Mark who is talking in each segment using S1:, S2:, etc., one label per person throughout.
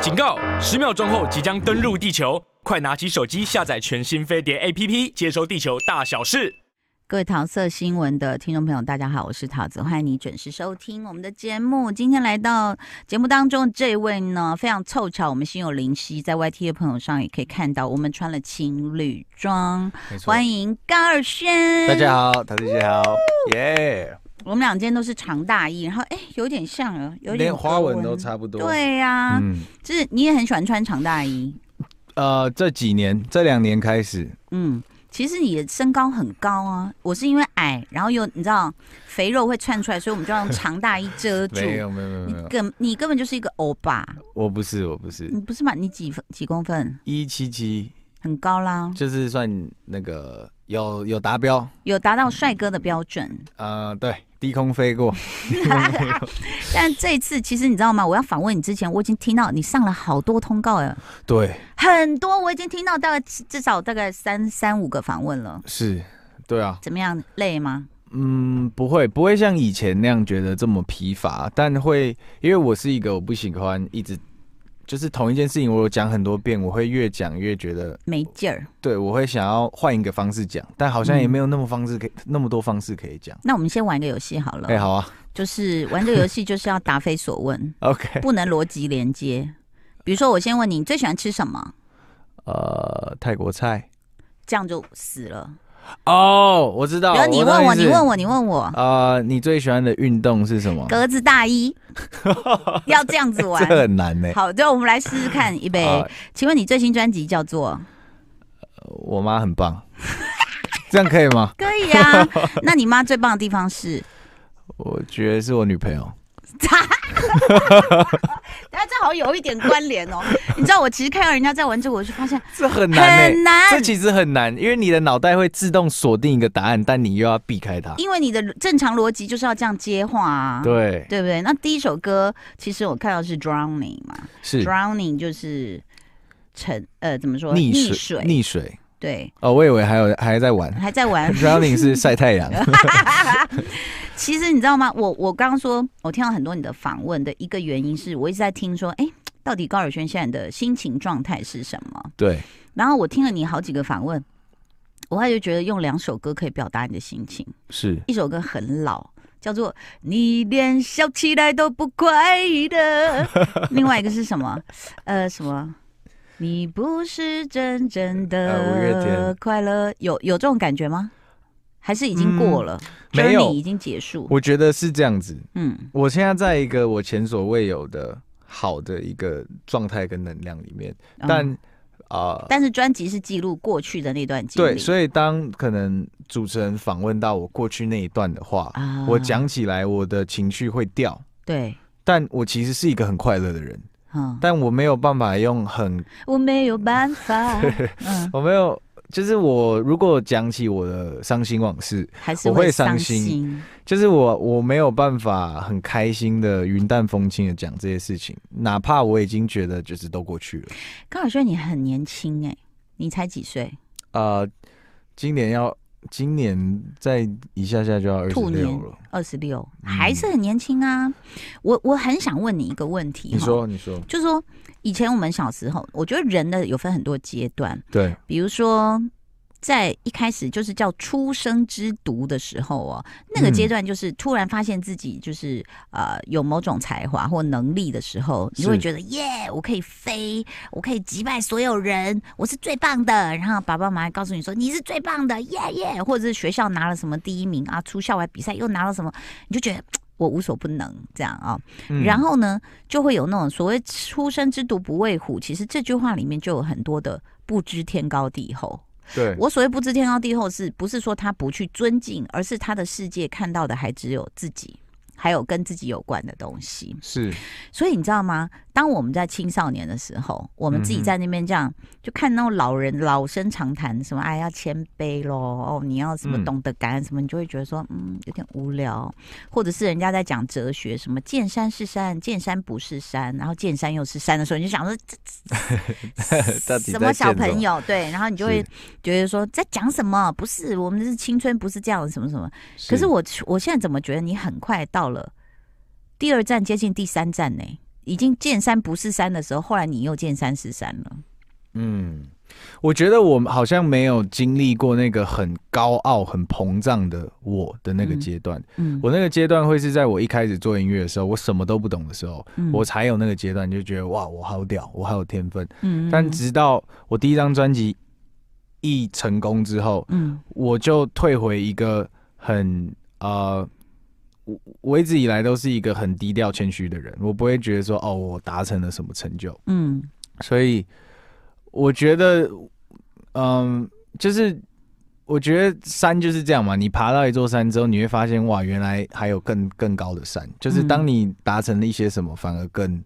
S1: 警告！十秒钟后即将登陆地球，快拿起手机下载全新飞碟 APP，接收地球大小事。
S2: 各位桃色新闻的听众朋友，大家好，我是桃子，欢迎你准时收听我们的节目。今天来到节目当中这位呢，非常凑巧，我们心有灵犀，在 YT 的朋友上也可以看到，我们穿了情侣装，
S3: 没错，
S2: 欢迎高尔轩。
S3: 大家好，陶姐姐好，耶！
S2: 我们俩今天都是长大衣，然后哎，有点像啊，有点
S3: 连花
S2: 格
S3: 纹都差不多。，
S2: 对啊呀、
S3: 嗯，
S2: 就是你也很喜欢穿长大衣，
S3: 呃，这几年这两年开始，
S2: 嗯。其实你的身高很高啊，我是因为矮，然后又你知道肥肉会窜出来，所以我们就要用长大衣遮住。
S3: 没有没有没有
S2: 你
S3: 没
S2: 嗯
S3: 有，
S2: 根你根本就是一个欧巴，
S3: 我不是我不是
S2: 你不是嘛？你几分几公分？
S3: 一七七，
S2: 很高啦，
S3: 就是算那个有有达标，
S2: 有达到帅哥的标准。
S3: 呃，对，低空飞 过，
S2: 但这一次其实你知道吗？我要访问你之前，我已经听到你上了好多通告了，
S3: 对，
S2: 很多我已经听到大概至少大概三三五个访问了。
S3: 是，对啊，
S2: 怎么样？累吗？
S3: 嗯，不会，不会像以前那样觉得这么疲乏，但会因为我是一个我不喜欢一直就是同一件事情，我有讲很多遍，我会越讲越觉得
S2: 没劲儿。
S3: 对，我会想要换一个方式讲，但好像也没有那么方式可以、那么多方式可以讲。
S2: 那我们先玩个游戏好了，
S3: 哎、好啊
S2: 就是玩这个游戏就是要答非所 问，
S3: ，OK，
S2: 不能逻辑连接。比如说，我先问你，你最喜欢吃什么？
S3: 呃，泰国菜
S2: 这样就死了。
S3: 哦，我知道
S2: 比如你问我，你问
S3: 我
S2: 我，你问我，
S3: 懂意思，呃，你最喜欢的运动是什么？
S2: 格子大 衣，要这样子玩。
S3: 这很难呢、
S2: 好，就我们来试试看，一杯。
S3: 啊
S2: 请问你最新专辑叫 做？
S3: 我妈很棒， 这样可以吗？
S2: 可以啊。那你妈最棒的地方是？
S3: 我觉得是我女朋友。
S2: 哎，这好有一点关联哦。你知道，我其实看到人家在玩这个，我就发现
S3: 这很难、欸，
S2: 很难
S3: 这，其实很难，因为你的脑袋会自动锁定一个答案，但你又要避开它。
S2: 因为你的正常逻辑就是要这样接话啊。
S3: 对，
S2: 对不对？那第一首歌其实我看到是 drowning 嘛
S3: 是
S2: ，drowning 就是沉呃怎么说
S3: 溺
S2: 溺
S3: 水，溺水。
S2: 对，
S3: 哦，我以为还有还在玩
S2: 还在玩。
S3: ，drowning 是晒 太阳。
S2: 其实你知道吗？我我刚刚说，我听到很多你的访问的一个原因是我一直在听说，哎，到底高尔轩现在的心情状态是什么？
S3: 对，
S2: 然后我听了你好几个访问，我后来就觉得用两首歌可以表达你的心情，
S3: 是
S2: 一首歌很老。叫做你连笑起来都不快乐， 另外一个是什么？呃，什么？你不是真正
S3: 呃五月
S2: 的
S3: 天
S2: 快乐，有有这种感觉吗？还是已经过了？
S3: 嗯没有
S2: journey 已经结束。
S3: 我觉得是这样子。
S2: 嗯，
S3: 我现在在一个我前所未有的好的一个状态跟能量里面，
S2: 嗯
S3: 但啊、呃
S2: 但是专辑是记录过去的那段经历，
S3: 对，所以当可能主持人访问到我过去那一段的话，
S2: 啊
S3: 我讲起来我的情绪会掉，
S2: 对，
S3: 但我其实是一个很快乐的人，
S2: 嗯，
S3: 但我没有办法用很，
S2: 我没有办法， 嗯，
S3: 我没有，就是我如果讲起我的伤心往事，
S2: 还是
S3: 我会
S2: 伤
S3: 伤心就是我我没有办法很开心的云淡风轻的讲这些事情，哪怕我已经觉得就是都过去了。
S2: 高晓轩，你很年轻哎、你才几岁？
S3: 呃，今年要今年再一下下就要二十
S2: 兔
S3: 六
S2: 年
S3: 了。
S2: 二十六，
S3: 嗯
S2: 还是很年轻啊。我我很想问你一个问题，
S3: 你，说，你说，
S2: 就说以前我们小时候，我觉得人的有分很多阶段，
S3: 对，
S2: 比如说。在一开始就是叫出生之毒的时候哦，那个
S3: 嗯
S2: 阶段就是突然发现自己就是、呃有某种才华或能力的时候，你会
S3: 是
S2: 觉得耶，我可以飞，我可以击败所有人，我是最棒的。然后爸爸妈妈告诉你说你是最棒的，耶耶，或者是学校拿了什么第一名啊，出校外比赛又拿了什么，你就觉得嘖我无所不能这样啊、
S3: 嗯
S2: 然后呢，就会有那种所谓“初生之犊不畏虎”，其实这句话里面就有很多的不知天高地厚。
S3: 对，
S2: 我所谓不知天高地厚，是不是说他不去尊敬，而是他的世界看到的还只有自己，还有跟自己有关的东西。
S3: 是
S2: 所以你知道吗？当我们在青少年的时候，我们自己
S3: 嗯哼
S2: 在那边这样、就看那种老人老生常谈，什么哎要谦卑咯，哦你要什么
S3: 嗯
S2: 懂得感恩什么，你就会觉得说嗯有点无聊，或者是人家在讲哲学，什么见山是山，见山不是山，然后见山又是山的时候，你就想说这
S3: 到
S2: 什
S3: 底在
S2: 么小
S3: 见什
S2: 朋
S3: 么
S2: 友对，然后你就会
S3: 是
S2: 觉得说在讲什么？不是我们是青春，不是这样的什么什么。可是我我现在怎么觉得你很快到了第二站，接近第三站呢？已经见山不是山的时候，后来你又见山是山了。
S3: 嗯，我觉得我好像没有经历过那个很高傲、很膨胀的我的那个
S2: 嗯
S3: 阶段。
S2: 嗯，
S3: 我那个阶段会是在我一开始做音乐的时候，我什么都不懂的时候，
S2: 嗯
S3: 我才有那个阶段，就觉得哇，我好屌，我好有天分。
S2: 嗯
S3: 但直到我第一张专辑一成功之后，
S2: 嗯
S3: 我就退回一个很呃，我我一直以来都是一个很低调谦虚的人，我不会觉得说哦，我达成了什么成就，
S2: 嗯
S3: 所以我觉得，嗯，就是我觉得山就是这样嘛，你爬到一座山之后，你会发现哇，原来还有更更高的山，就是当你达成了一些什么，反而更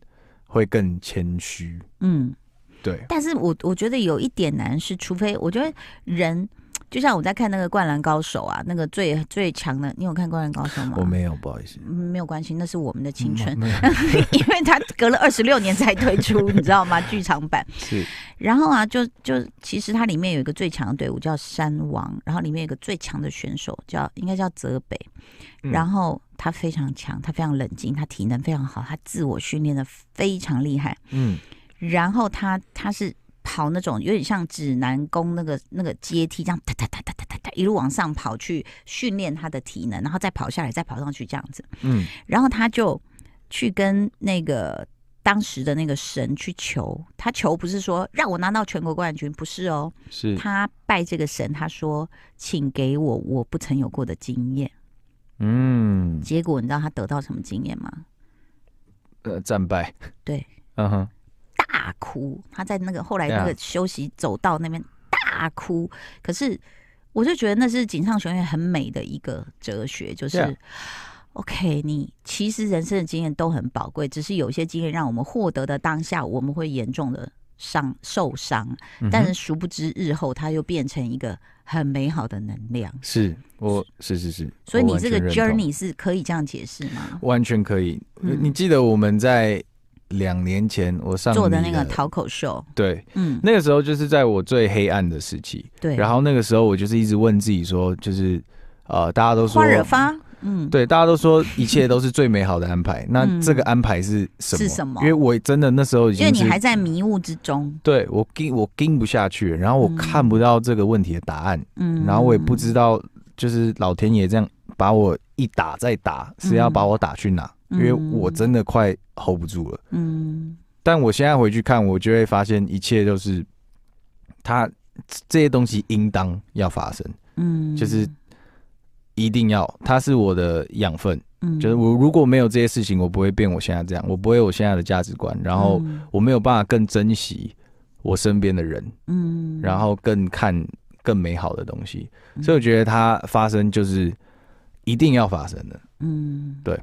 S3: 会更谦虚，
S2: 嗯，
S3: 对，
S2: 但是我我觉得有一点难是，除非我觉得人。就像我在看那个《灌篮高手》啊，那个最最强的，你有看《灌篮高手》吗？
S3: 我没有，不好意思。
S2: 嗯，没有关系，那是我们的青春，
S3: 没有
S2: 因为他隔了二十六年才推出，你知道吗？剧场版。
S3: 是
S2: 然后啊，就就其实它里面有一个最强的队伍叫山王，然后里面有一个最强的选手叫应该叫泽北，
S3: 嗯
S2: 然后他非常强，他非常冷静，他体能非常好，他自我训练的非常厉害。
S3: 嗯
S2: 然后他他是跑那种有点像指南宫那个那个阶梯，这样哒哒哒哒哒哒哒一路往上跑去训练他的体能，然后再跑下来，再跑上去这样子。
S3: 嗯
S2: 然后他就去跟那个当时的那个神去求，他求不是说让我拿到全国冠军，不是哦，
S3: 是
S2: 他拜这个神，他说请给我我不曾有过的经验。
S3: 嗯
S2: 结果你知道他得到什么经验吗？
S3: 呃战败
S2: 对
S3: 嗯哼
S2: 大哭，他在那个后来那个
S3: Yeah.
S2: 休息走道那边大哭。可是我就觉得那是井上雄彦很美的一个哲学，就是
S3: Yeah.
S2: OK，你其实人生的经验都很宝贵，只是有些经验让我们获得的当下，我们会严重的伤受伤，
S3: 嗯哼
S2: 但是殊不知日后它又变成一个很美好的能量。
S3: 是我是是是，
S2: 所以
S3: 我
S2: 你
S3: 完
S2: 这个
S3: 全认同
S2: journey 是可以这样解释吗？
S3: 完全可以。
S2: 嗯
S3: 你记得我们在两年前我上
S2: 做的
S3: 你
S2: 那个逃口秀，
S3: 对，
S2: 嗯，
S3: 那个时候就是在我最黑暗的时期，
S2: 对，
S3: 然后那个时候我就是一直问自己说，就是呃，大家都说
S2: 花惹发，嗯，
S3: 对，大家都说一切都是最美好的安排，那
S2: 嗯
S3: 这个安排是什么？
S2: 是什么
S3: 因为我真的那时候已
S2: 因
S3: 经
S2: 为
S3: 是
S2: 你还在迷雾之中，
S3: 对我跟我跟不下去，然后我
S2: 嗯
S3: 看不到这个问题的答案，
S2: 嗯，
S3: 然后我也不知道，就是老天爷这样把我一打再打，是要把我打去哪？
S2: 嗯
S3: 因为我真的快 hold 不住了。
S2: 嗯，
S3: 但我现在回去看，我就会发现一切都是它这些东西应当要发生，
S2: 嗯嗯，
S3: 就是一定要，它是我的养分。
S2: 嗯，
S3: 就是我如果没有这些事情，我不会变我现在这样，我不会有我现在的价值观，然后
S2: 嗯，
S3: 我没有办法更珍惜我身边的人，
S2: 嗯，
S3: 然后更看更美好的东西。所以我觉得它发生就是一定要发生的。
S2: 嗯，
S3: 对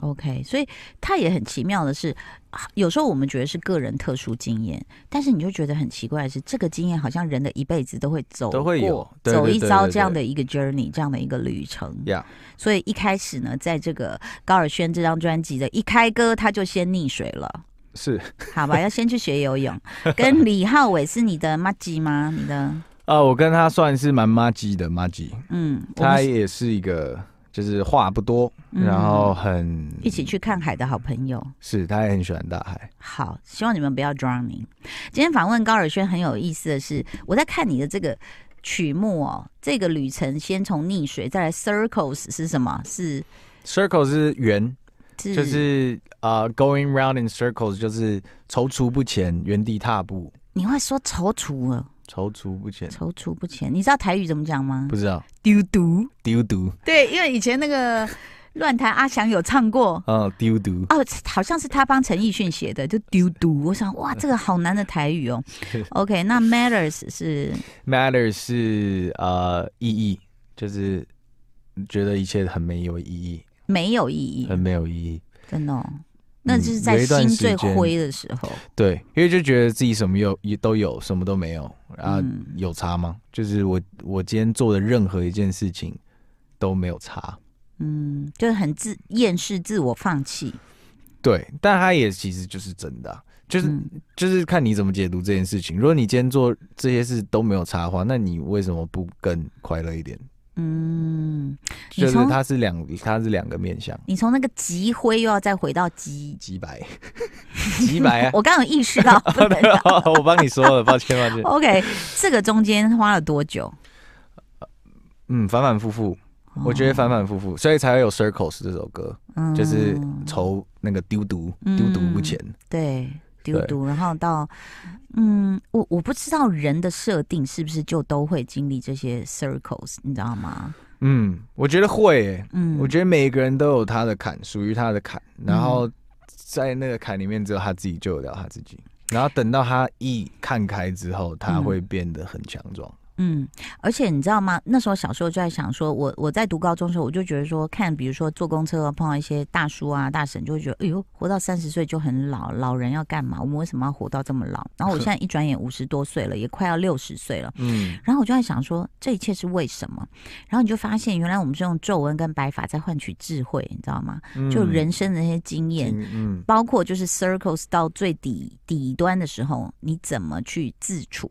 S2: ，OK，所以它也很奇妙的是，啊有时候我们觉得是个人特殊经验，但是你就觉得很奇怪的是，这个经验好像人的一辈子都会走
S3: 都会
S2: 过
S3: 有对
S2: 走
S3: 对
S2: 一
S3: 对
S2: 遭
S3: 对
S2: 这样
S3: 对
S2: 的一个 journey，这样的一个旅程。
S3: Yeah
S2: 所以一开始呢，在这个高尔宣这张专辑的一开歌，他就先溺水了。
S3: 是
S2: 好吧，要先去学游 泳。跟李浩伟是你的妈吉吗？你的
S3: 啊、我跟他算是蛮妈鸡的妈鸡，
S2: 嗯，我们
S3: 他也是一个就是话不多，
S2: 嗯
S3: 然后很
S2: 一起去看海的好朋友。
S3: 是，他也很喜欢大海。
S2: 好，希望你们不要 drowning。今天访问高尔轩很有意思的是，我在看你的这个曲目哦，这个旅程先从溺水，再来 circles 是什么？是
S3: Circle 是圆，
S2: 是
S3: 就是呃、going round in circles，就是踌躇不前，原地踏步，
S2: 你会说踌躇了，
S3: 踌躇不前，
S2: 踌躇不前。你知道台语怎么讲吗
S3: 不？知道
S2: 丢毒。
S3: 丢毒，
S2: 对，因为以前那个乱弹阿翔有唱过。
S3: 嗯，丢毒，
S2: 哦，好像是他帮陈奕迅写的，就丢毒。我想，哇，这个好难的台语 哦。OK，那 matters 是
S3: matter 是呃意义，就是觉得一切很没有意义，
S2: 没有意义
S3: 很，没有意义。
S2: 真的、哦。
S3: 嗯
S2: 那就是在
S3: 有一段
S2: 心
S3: 时
S2: 最
S3: 间
S2: 灰的时候。
S3: 对，因为就觉得自己什么有也都有，什么都没有啊，
S2: 嗯
S3: 有差吗？就是我我今天做的任何一件事情都没有差。
S2: 嗯，就是很自厌世、自我放弃。
S3: 对，但它也其实就是真的啊、就是、
S2: 嗯
S3: 就是看你怎么解读这件事情。如果你今天做这些事都没有差的话，那你为什么不更快乐一点？
S2: 嗯，你
S3: 就是
S2: 从
S3: 它是两它是两个面向，
S2: 你从那个极灰又要再回到极，
S3: 几百 几百啊！
S2: 我刚有意识 到不能讲。
S3: 我帮你说了，抱歉抱歉。
S2: OK，这个中间花了多久？
S3: 嗯，反反复复，
S2: 哦
S3: 我觉得反反复复，所以才会有 Circles 这首歌，
S2: 嗯
S3: 就是筹那个丢毒
S2: 嗯
S3: 丢毒不前。
S2: 对丢
S3: 对
S2: 毒，然后到嗯，我我不知道人的设定是不是就都会经历这些 circles，你知道吗？
S3: 嗯，我觉得会耶、
S2: 嗯，
S3: 我觉得每个人都有他的坎，属于他的坎，然后在那个坎里面，只有他自己救得了他自己。然后等到他一看开之后，他会变得很强壮。
S2: 嗯，而且你知道吗？那时候小时候就在想说，我我在读高中的时候，我就觉得说，看比如说坐公车啊碰到一些大叔啊大婶，就会觉得，哎呦，活到三十岁就很老，老人要干嘛？我们为什么要活到这么老？然后我现在一转眼五十多岁了，也快要六十岁了。
S3: 嗯，
S2: 然后我就在想说，这一切是为什么？然后你就发现，原来我们是用皱纹跟白发在换取智慧，你知道吗？就人生的那些经验，
S3: 嗯嗯
S2: 包括就是 circles 到最底底端的时候，你怎么去自处？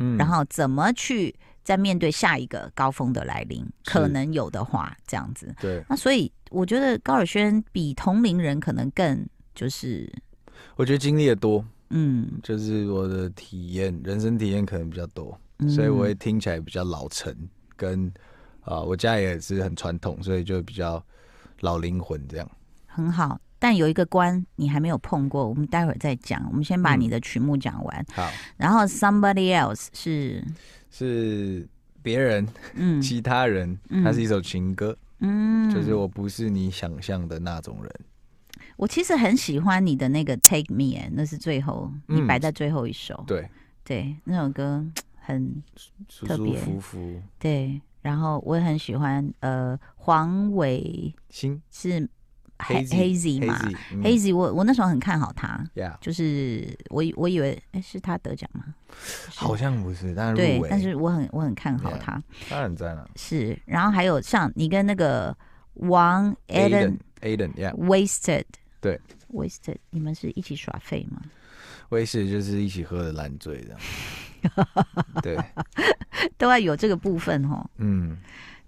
S3: 嗯
S2: 然后怎么去再面对下一个高峰的来临，可能有的话，这样子。
S3: 对，
S2: 那所以我觉得高尔轩比同龄人可能更就是
S3: 我觉得经历的多，
S2: 嗯，
S3: 就是我的体验，人生体验可能比较多，
S2: 嗯
S3: 所以我会听起来比较老成，跟啊、我家也是很传统，所以就比较老灵魂这样。
S2: 很好。但有一个关你还没有碰过，我们待会儿再讲。我们先把
S3: 嗯
S2: 你的曲目讲完，
S3: 好，
S2: 然后 somebody else 是
S3: 是别人，
S2: 嗯
S3: 其他人，
S2: 嗯
S3: 它是一首情歌。
S2: 嗯，
S3: 就是我不是你想象的那种人。
S2: 我其实很喜欢你的那个 Take Me，哎那是最后你
S3: 嗯
S2: 摆在最后一首，
S3: 对，
S2: 对，那首歌很
S3: 舒
S2: 特
S3: 舒
S2: 别
S3: 服服，
S2: 对，然后我也很喜欢呃，黄伟
S3: 心
S2: 是
S3: hazy
S2: Hazy 嘛
S3: hazy，嗯
S2: Hazy，我我那时候很看好他，
S3: yeah，
S2: 就是我以我以为哎是他得奖吗？是
S3: 好像不是，但是
S2: 对
S3: 入，围
S2: 但是我很我很看好
S3: Yeah
S2: 他
S3: 当然啊在了。
S2: 是，然后还有像你跟那个王 Eden
S3: Aden Aden yeah，
S2: Wasted
S3: 对
S2: Wasted，你们是一起耍废吗？
S3: 威士就是一起喝的烂 醉这样。对，
S2: 都要有这个部分哦，
S3: 嗯，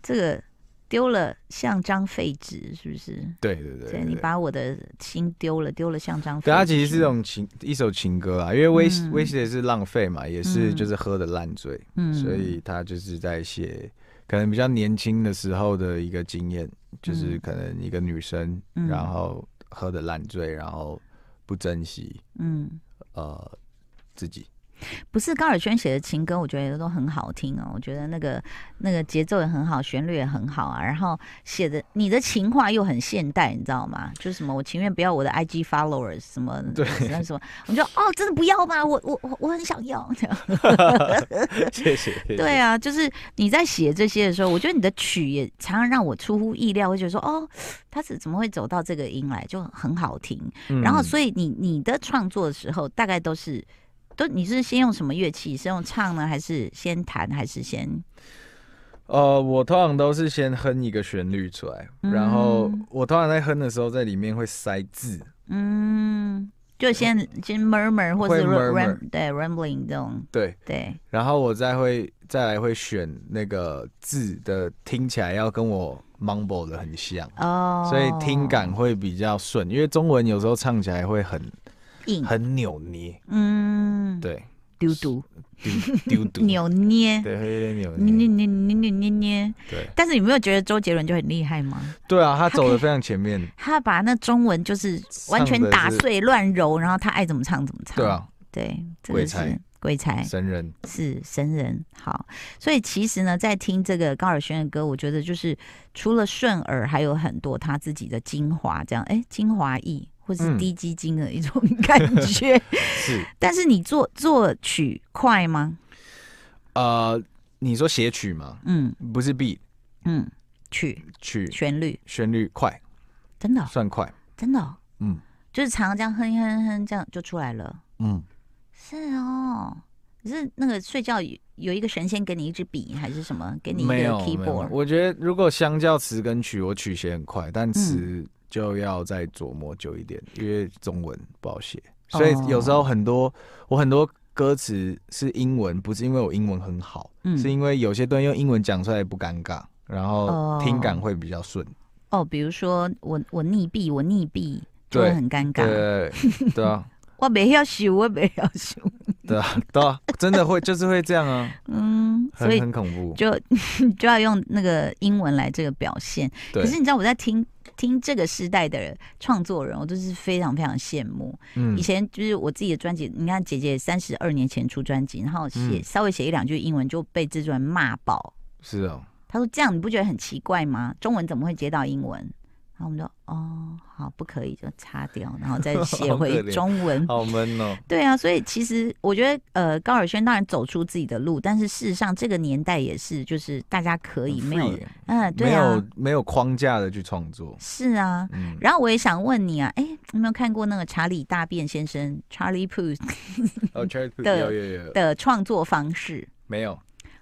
S2: 这个丢了像张废纸是不是？
S3: 对对对
S2: 对你把我的心丢了，丢了像张废纸。
S3: 对，它其实是一种情，一首情歌啊，因为威士
S2: 嗯
S3: 威士也是浪费嘛，也是
S2: 嗯
S3: 就是喝的烂醉，
S2: 嗯
S3: 所以他就是在写可能比较年轻的时候的一个经验，就是
S2: 嗯
S3: 可能一个女生，
S2: 嗯
S3: 然后喝的烂醉，然后不珍惜
S2: 嗯。
S3: 呃自 己。
S2: 不是高尔宣写的情歌，我觉得都很好听哦。我觉得那个那个节奏也很好，旋律也很好啊。然后写的你的情话又很现代，你知道吗？就是什么我情愿不要我的 IG followers 什么
S3: 对
S2: 什么什么，我就哦真的不要吗？我我我我很想要。这样
S3: 谢谢。谢谢
S2: 对，啊，就是你在写这些的时候，我觉得你的曲也常常让我出乎意料，会觉得说哦，他是怎么会走到这个音来，就很好听。
S3: 嗯
S2: 然后，所以你你的创作的时候，大概都是都你是先用什么乐器？是用唱呢，还是先弹，还是先？
S3: 呃，我通常都是先哼一个旋律出来，然后
S2: 嗯
S3: 我通常在哼的时候，在里面会塞字，
S2: 嗯，就先先 murmur 或
S3: 呃会
S2: 是 ram-
S3: murmur
S2: ram- 对 rambling 这种，
S3: 对，
S2: 对，
S3: 然后我再会再来会选那个字的听起来要跟我 mumble 的很像，
S2: 哦，
S3: 所以听感会比较顺，因为中文有时候唱起来会很
S2: 硬，
S3: 很扭捏，
S2: 嗯，
S3: 对，
S2: 丢丢
S3: 丢丢嘟，
S2: 扭捏。
S3: 对，会有点扭
S2: 捏捏捏
S3: 捏，
S2: 捏捏捏捏，
S3: 对，
S2: 但是你没有觉得周杰伦就很厉害吗？
S3: 对啊，他
S2: 他
S3: 走
S2: 可以
S3: 的非常前面，
S2: 他把那中文就是完全
S3: 唱得
S2: 打
S3: 是
S2: 碎乱揉，然后他哎爱怎么唱怎么唱。
S3: 对啊，
S2: 对，这
S3: 鬼
S2: 个
S3: 才
S2: 是鬼才。
S3: 神人，
S2: 是神人。好，所以其实呢，在听这个高尔宣的歌，我觉得就是除了顺耳，还有很多他自己的精华，这样哎，精华意或是
S3: 嗯
S2: 低基金的一种感觉。
S3: 是
S2: 但是你作作曲快吗？
S3: 呃，你说写曲吗？
S2: 嗯
S3: 不是 beat
S2: 嗯，曲
S3: 曲
S2: 旋律
S3: 旋律快，
S2: 真的哦、
S3: 算快，
S2: 真的哦、
S3: 嗯
S2: 就是常常这样哼一哼一哼，这样就出来了。
S3: 嗯，
S2: 是哦，你是那个睡觉有有一个神仙给你一支笔还是什么，给你一个
S3: 没有没有。
S2: keyboard。
S3: 我觉得如果相较词跟曲，我曲写很快，但词就要再琢磨久一点，因为中文不好写，所以
S2: 哦
S3: 有时候很多我很多歌词是英文，不是因为我英文很好，
S2: 嗯
S3: 是因为有些东西用英文讲出来不尴尬，然后
S2: 哦
S3: 听感会比较顺。
S2: 哦，比如说我我溺毙，我溺毙就会
S3: 对
S2: 很尴
S3: 对
S2: 尬。
S3: 对对啊，
S2: 我没要修，我没要修。
S3: 对啊，对啊， 真的会就是会这样啊，
S2: 嗯，所
S3: 很
S2: 以
S3: 很恐怖。
S2: 就 就要用那个英文来这个表现。
S3: 对
S2: 可是你知道我在听听这个时代的创作人，我都是非常非常羡慕。
S3: 嗯
S2: 以前就是我自己的专辑，你看姐姐三十二年前出专辑，然后写、
S3: 嗯
S2: 稍微写一两句英文就被制作人骂爆。
S3: 是哦，
S2: 他说：“这样你不觉得很奇怪吗？中文怎么会接到英文？”然后我们就哦，好，不可以，就擦掉，然后再写
S3: 好可
S2: 回
S3: 怜
S2: 中文。
S3: 好闷哦。
S2: 对啊，所以其实我觉得，呃，高尔宣当然走出自己的路，但是事实上这个年代也是，就是大家可以
S3: 很
S2: 没有
S3: free，耶，
S2: 嗯，对
S3: 没有
S2: 啊，
S3: 没有框架的去创作。
S2: 是啊。
S3: 嗯，
S2: 然后我也想问你啊，哎，你有没有看过那个查理大便先生 Charlie Puth
S3: 哦 c h a r l
S2: 的
S3: i 有有有，
S2: 的创作方式？
S3: 没有，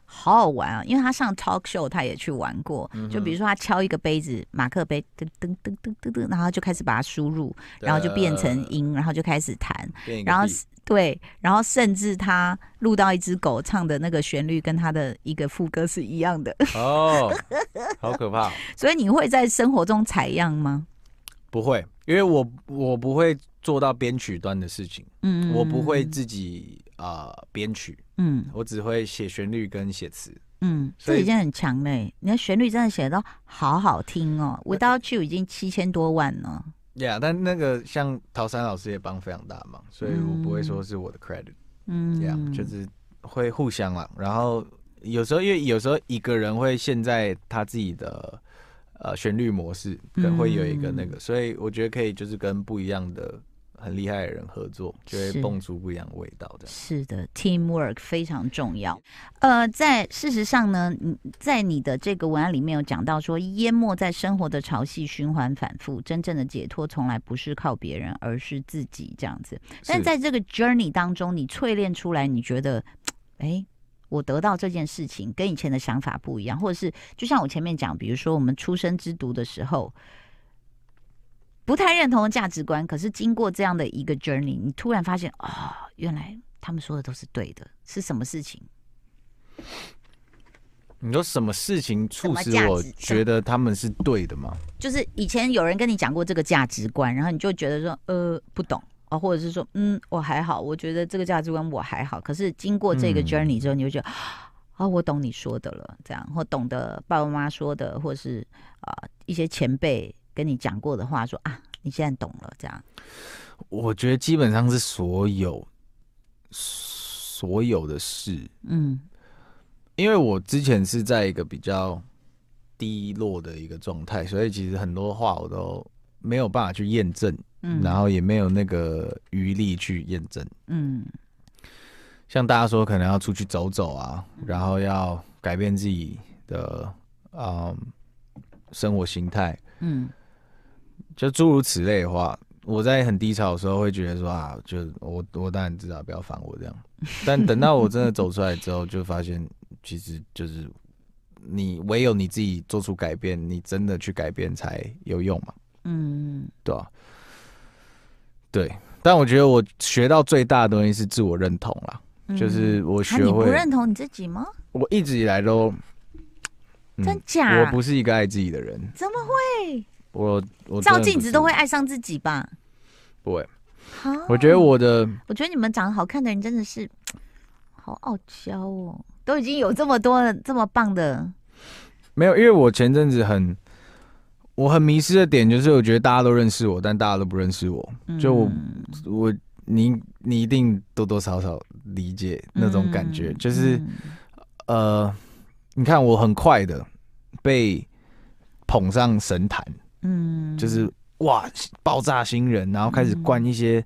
S2: 好好玩啊！因为他上 talk show，他也去玩过。
S3: 嗯哼
S2: 就比如说，他敲一个杯子，马克杯，噔噔噔噔噔噔，然后就开始把它输入，然后就变成
S3: 呃
S2: 音，然后就开始弹。
S3: 变一个
S2: 然后
S3: 币
S2: 是对，然后甚至他录到一只狗唱的那个旋律跟他的一个副歌是一样的，
S3: 哦，好可怕哦。
S2: 所以你会在生活中采样吗？
S3: 不会，因为我我不会做到编曲端的事情，
S2: 嗯，
S3: 我不会，自己啊编曲，
S2: 嗯
S3: 我只会写旋律跟写词。
S2: 嗯，
S3: 所
S2: 这已
S3: 以
S2: 经很强嘞，你的旋律真的写的好好听哦，Without
S3: 呃
S2: You 已经七千多万了，
S3: Yeah，但那个像陶山老师也帮非常大忙，所以我不会说是我的 credit，
S2: 嗯，
S3: 这样、就是会互相啦。然后有时候因为有时候一个人会陷在他自己的呃旋律模式，可能会有一个那
S2: 嗯
S3: 个，所以我觉得可以就是跟不一样的很厉害的人合作，就是会蹦出不一样的味道。这样
S2: 是的，teamwork 非常重要。呃，在事实上呢，你在你的这个文案里面有讲到说，淹没在生活的潮汐循环反复，真正的解脱从来不是靠别人，而是自己这样子。但
S3: 是
S2: 在这个 journey 当中，你淬炼出来，你觉得，哎。我得到这件事情跟以前的想法不一样，或者是就像我前面讲，比如说我们出生之毒的时候，不太认同的价值观，可是经过这样的一个 journey，你突然发现啊、原来他们说的都是对的，是什么事情？
S3: 你说什么事情促使
S2: 什么价值
S3: 我觉得他们是对的吗？
S2: 就是以前有人跟你讲过这个价值观，然后你就觉得说，呃，不懂啊、或者是说，嗯，我还好，我觉得这个价值观我还好。可是经过这个
S3: 嗯
S2: journey 之后，你就觉得，啊、我懂你说的了，这样，或懂得爸爸妈妈说的，或是啊、一些前辈跟你讲过的话，说啊，你现在懂了，这样，
S3: 我觉得基本上是所有所有的事，
S2: 嗯
S3: 因为我之前是在一个比较低落的一个状态，所以其实很多话我都没有办法去验证，
S2: 嗯，
S3: 然后也没有那个余力去验证。
S2: 嗯
S3: 像大家说，可能要出去走走啊，然后要改变自己的嗯生活形态，
S2: 嗯
S3: 就诸如此类的话，我在很低潮的时候会觉得说啊，就我我当然知道不要烦 我这样，但等到我真的走出来之后，就发现其实就是你唯有你自己做出改变，你真的去改变才有用嘛，
S2: 嗯
S3: 对吧、对，但我觉得我学到最大的东西是自我认同啦，
S2: 嗯，
S3: 就是我
S2: 啊
S3: 学
S2: 你不
S3: 会，
S2: 认同你自己吗？
S3: 我一直以来都，嗯
S2: 真假？
S3: 我不是一个爱自己的人，
S2: 怎么会？
S3: 我我真
S2: 照
S3: 的
S2: 镜
S3: 不
S2: 子
S3: 是
S2: 都会爱上自己吧？
S3: 不会，
S2: 好，
S3: 我觉得我的。
S2: 我觉得你们长得好看的人真的是好傲娇哦，都已经
S3: 嗯
S2: 有这么多了这么棒的，
S3: 没有，因为我前阵子很，我很迷失的点就是，我觉得大家都认识我，但大家都不认识我。
S2: 嗯
S3: 就我我你你一定多多少少理解那种感觉，
S2: 嗯
S3: 就是
S2: 嗯
S3: 呃，你看我很快的被捧上神坛，
S2: 嗯
S3: 就是哇爆炸新人，然后开始冠一些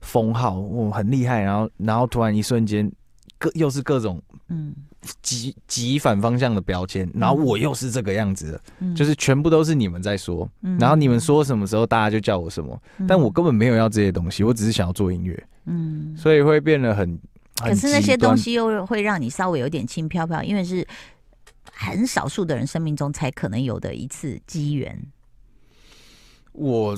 S3: 封号，我很厉害，然后然后突然一瞬间。各又是各种
S2: 嗯
S3: 极极反方向的标签，然后我又是这个样子的，
S2: 嗯
S3: 就是全部都是你们在说，然后你们，说什么时候大家就叫我什么，
S2: 嗯
S3: 但我根本没有要这些东西，我只是想要做音乐，
S2: 嗯
S3: 所以会变得很。很
S2: 可是那些
S3: 极端
S2: 东，西又会让你稍微有点轻飘飘，因为是很少数的人生命中才可能有的一次机缘。
S3: 我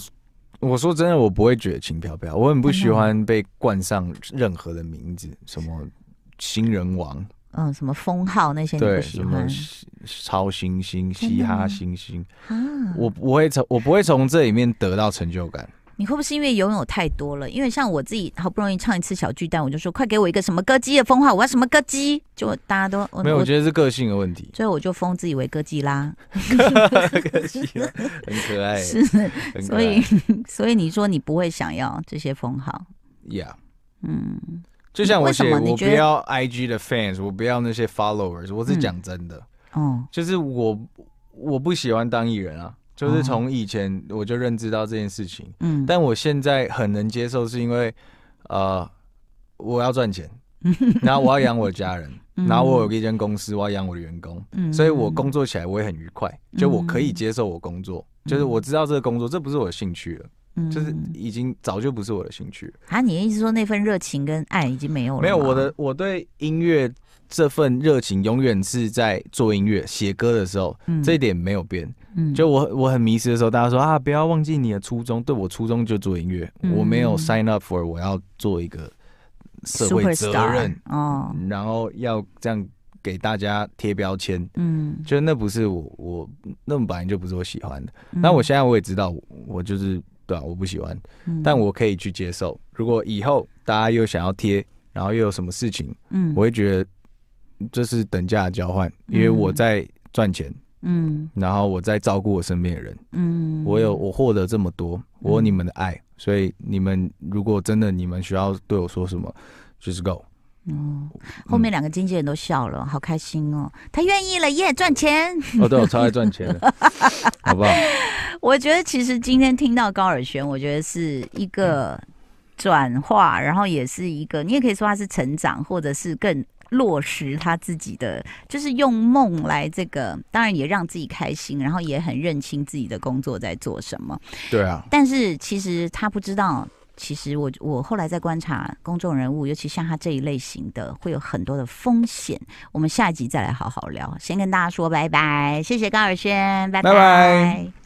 S3: 我说真的，我不会觉得轻飘飘，
S2: 嗯
S3: 我很不喜欢被冠上任何的名字，什么新人王，
S2: 嗯、什么封号那些你
S3: 对，
S2: 不喜
S3: 什
S2: 欢
S3: 么西超新星、
S2: 真的
S3: 嘻哈
S2: 吗
S3: 新星，
S2: 啊？
S3: 我不会从我不会从这里面得到成就感。
S2: 你会不会是因为拥有太多了？因为像我自己好不容易唱一次小巨蛋，我就说快给我一个什么歌姬的封号，我要什么歌姬，就大家都我
S3: 没有，我
S2: 我，
S3: 觉得是个性的问题
S2: 最后我就封自己为歌姬啦，
S3: 个性啊很可爱，
S2: 是，
S3: 很可
S2: 所
S3: 爱
S2: 以所以你说你不会想要这些封号，
S3: ，Yeah。
S2: 嗯，
S3: 就像我
S2: 为什
S3: 写，
S2: 么你
S3: 我不
S2: 觉得
S3: 要 IG 的 fans，我不要那些 followers，我是
S2: 嗯
S3: 讲真的，
S2: 哦，
S3: 就是我我不喜欢当艺人啊，
S2: 哦
S3: 就是从以前我就认知到这件事情，
S2: 嗯，
S3: 但我现在很能接受，是因为呃，我要 赚钱，然后我要养我的家人，
S2: 嗯
S3: 然后我有一间公司，我要养我的员工，
S2: 嗯
S3: 所以我工作起来我也很愉快，就我可以接受我工作，就是我知道这个工作这不是我的兴趣了，就是
S2: 嗯
S3: 已经早就不是我的兴趣了。
S2: 啊，你的意思说那份热情跟爱已经没有了？
S3: 没有，我的，我对音乐这份热情永远是在做音乐、写歌的时候，
S2: 嗯
S3: 这一点没有变。
S2: 嗯
S3: 就我我很迷失的时候，大家说啊，不要忘记你的初衷。对我初衷就做音乐，
S2: 嗯
S3: 我没有 sign up for 我要做一个社会责任
S2: Superstar，哦，
S3: 然后要这样给大家贴标签。
S2: 嗯，
S3: 就那不是我，我那本来就不是我喜欢的。那我现在我也知道我，我就是对啊，我不喜欢。
S2: 嗯，
S3: 但我可以去接受。如果以后大家又想要贴，然后又有什么事情，
S2: 嗯，
S3: 我会觉得这是等价的交换，因为我在赚钱，
S2: 嗯
S3: 然后我在照顾我身边的人，
S2: 嗯，
S3: 我有我获得这么多，我有你们的爱，所以你们如果真的你们需要对我说什么，就是 go。
S2: 哦，
S3: 嗯
S2: 后面两个经纪人都笑了，好开心哦，他愿意了耶，赚钱。
S3: 哦，对我超爱赚钱的， 好不好？
S2: 我觉得其实今天听到高尔宣，我觉得是一个转化，然后也是一个，你也可以说他是成长，或者是更落实他自己的，就是用梦来这个，当然也让自己开心，然后也很认清自己的工作在做什么。
S3: 对啊，
S2: 但是其实他不知道，其实我我后来在观察公众人物，尤其像他这一类型的，会有很多的风险。我们下一集再来好好聊。先跟大家说拜拜，谢谢高尔轩，拜
S3: 拜拜